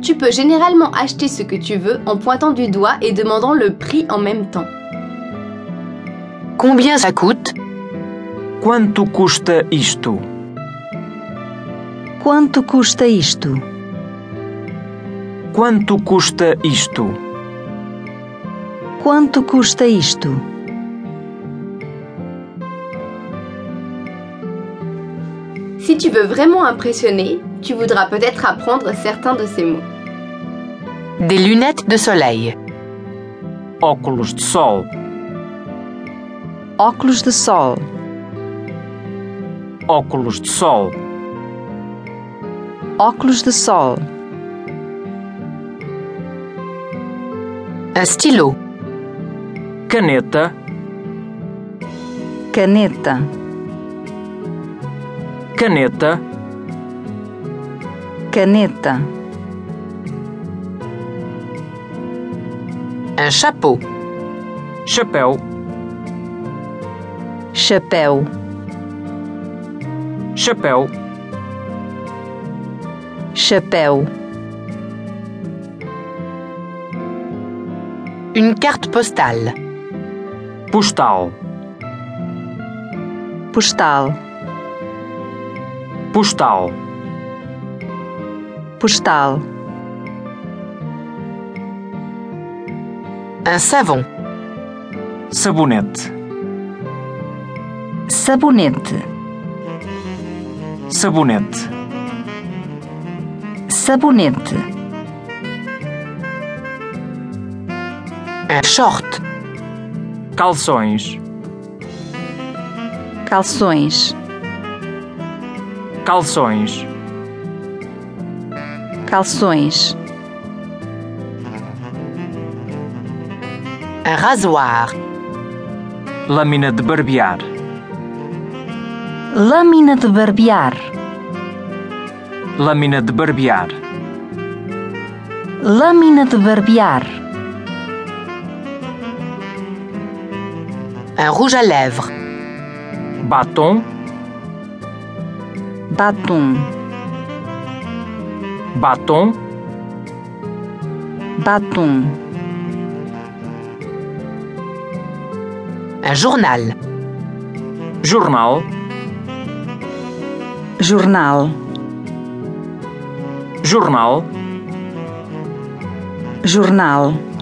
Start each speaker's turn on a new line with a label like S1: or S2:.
S1: Tu peux généralement acheter ce que tu veux en pointant du doigt et demandant le prix en même temps.
S2: Combien ça coûte
S3: Quanto custa isto?
S4: Quanto custa isto?
S3: Quanto custa isto?
S4: Quanto custa isto?
S1: Si tu veux vraiment impressionner, tu voudras peut-être apprendre certains de ces mots.
S2: Des lunettes de soleil.
S3: Óculos de sol.
S4: Óculos de sol.
S3: Óculos de sol.
S4: Óculos de sol.
S2: Un stylo.
S3: Caneta.
S4: Caneta.
S3: Caneta.
S4: Caneta.
S2: Un chapeau.
S3: Chapéu.
S4: Chapéu.
S3: Chapéu.
S4: Chapéu.
S2: Une carte postale.
S3: Postal.
S4: Postal.
S3: Postal.
S4: Postal.
S2: Un savon.
S3: Sabonete.
S4: Sabonete.
S3: Sabonete.
S4: Sabonete.
S2: Un short.
S3: Calções.
S4: Calções.
S3: Calções.
S4: Calções.
S2: Un rasoir.
S3: Lâmina de barbear.
S4: Lâmina de barbear.
S3: Lâmina de barbear.
S4: Lâmina de barbear.
S2: Un rouge à lèvres.
S3: Batom.
S4: Batom.
S3: Batom.
S4: Batom.
S2: Un journal.
S3: Jornal.
S4: Jornal.
S3: Jornal.
S4: Jornal.